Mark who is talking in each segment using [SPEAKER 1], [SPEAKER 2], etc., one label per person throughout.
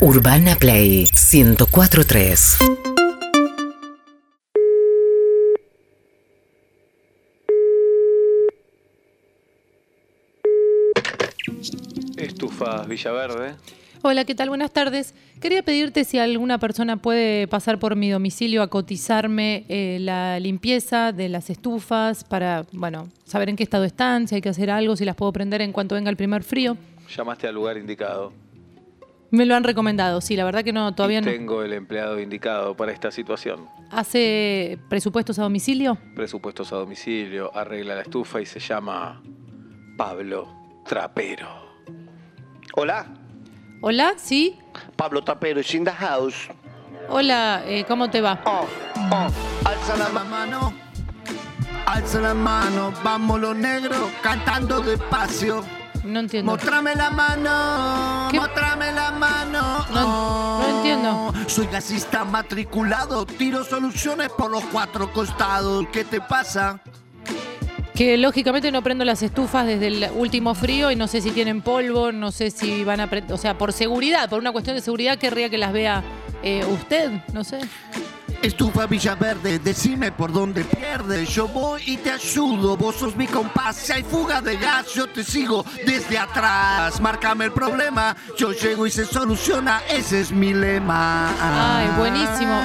[SPEAKER 1] Urbana Play 1043.
[SPEAKER 2] Estufas Villaverde.
[SPEAKER 3] Hola, ¿qué tal? Buenas tardes. Quería pedirte si alguna persona puede pasar por mi domicilio a cotizarme eh, la limpieza de las estufas para, bueno, saber en qué estado están, si hay que hacer algo, si las puedo prender en cuanto venga el primer frío.
[SPEAKER 2] Llamaste al lugar indicado.
[SPEAKER 3] Me lo han recomendado, sí, la verdad que no, todavía
[SPEAKER 2] Y
[SPEAKER 3] no.
[SPEAKER 2] Tengo el empleado indicado para esta situación.
[SPEAKER 3] ¿Hace presupuestos a domicilio?
[SPEAKER 2] Presupuestos a domicilio, arregla la estufa y se llama Pablo Trapero.
[SPEAKER 4] Hola,
[SPEAKER 3] Hola, sí.
[SPEAKER 4] Pablo Tapero is in the house.
[SPEAKER 3] Hola, eh, ¿cómo te va?
[SPEAKER 4] Oh, oh, alza la ma- mano, alza la mano, vamos los negros, cantando despacio.
[SPEAKER 3] No entiendo.
[SPEAKER 4] Mostrame la mano,
[SPEAKER 3] ¿Qué?
[SPEAKER 4] mostrame la mano. Oh.
[SPEAKER 3] No- no entiendo.
[SPEAKER 4] Soy gasista matriculado, tiro soluciones por los cuatro costados. ¿Qué te pasa?
[SPEAKER 3] Que lógicamente no prendo las estufas desde el último frío y no sé si tienen polvo, no sé si van a... pre- O sea, por seguridad, por una cuestión de seguridad querría que las vea eh, usted, no sé.
[SPEAKER 4] Estufa Villaverde, decime por dónde pierdes. Yo voy y te ayudo, vos sos mi compás. Si hay fuga de gas, yo te sigo desde atrás. Márcame el problema, yo llego y se soluciona. Ese es mi lema.
[SPEAKER 3] Ay, buenísimo.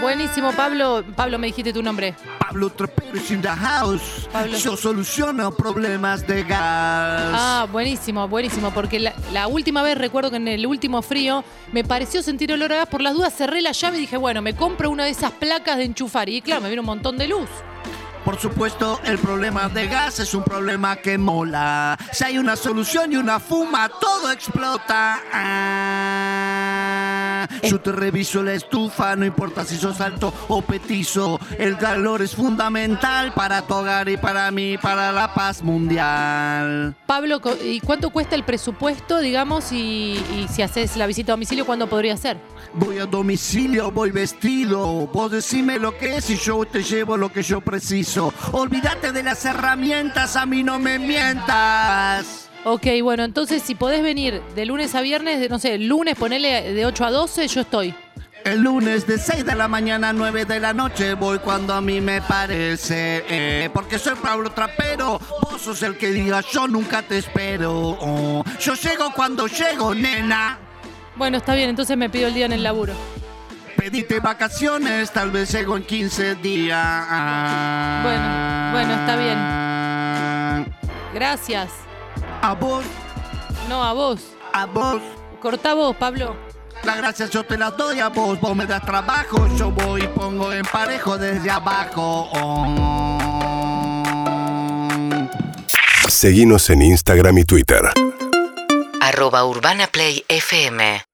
[SPEAKER 3] Buenísimo, Pablo. Pablo, me dijiste tu nombre.
[SPEAKER 4] Pablo Trapero is in the house.
[SPEAKER 3] Pablo.
[SPEAKER 4] Yo soluciono problemas de gas.
[SPEAKER 3] Ah, buenísimo, buenísimo. Porque la, la última vez, recuerdo que en el último frío, me pareció sentir olor a gas. Por las dudas cerré la llave y dije, bueno, me compro una de esas placas de enchufar. Y claro, me vino un montón de luz.
[SPEAKER 4] Por supuesto, el problema de gas es un problema que mola. Si hay una solución y una fuma, todo explota. Ah. Yo te reviso la estufa, no importa si sos alto o petizo. El calor es fundamental para tu hogar y para mí, para la paz mundial.
[SPEAKER 3] Pablo, co- ¿y cuánto cuesta el presupuesto, digamos, y, y si haces la visita a domicilio, cuándo podría ser?
[SPEAKER 4] Voy a domicilio, voy vestido. Vos decime lo que es y yo te llevo lo que yo preciso. Olvídate de las herramientas, a mí no me mientas.
[SPEAKER 3] Ok, bueno, entonces si podés venir de lunes a viernes, de, no sé, lunes ponele de 8 a 12, yo estoy.
[SPEAKER 4] El lunes de 6 de la mañana a 9 de la noche voy cuando a mí me parece. eh, porque soy Pablo Trapero, vos sos el que diga yo nunca te espero. oh. yo llego cuando llego, nena.
[SPEAKER 3] Bueno, está bien, entonces me pido el día en el laburo.
[SPEAKER 4] Pedite vacaciones, tal vez llego en 15 días.
[SPEAKER 3] Bueno, bueno, está
[SPEAKER 4] bien.
[SPEAKER 3] Gracias.
[SPEAKER 4] A vos,
[SPEAKER 3] No, a vos.
[SPEAKER 4] a vos.
[SPEAKER 3] Cortá vos, Pablo.
[SPEAKER 4] Las gracias yo te las doy a vos, vos me das trabajo, yo voy y pongo en parejo desde abajo. oh.
[SPEAKER 5] Seguimos en Instagram y Twitter.
[SPEAKER 1] Arroba Urbana Play FM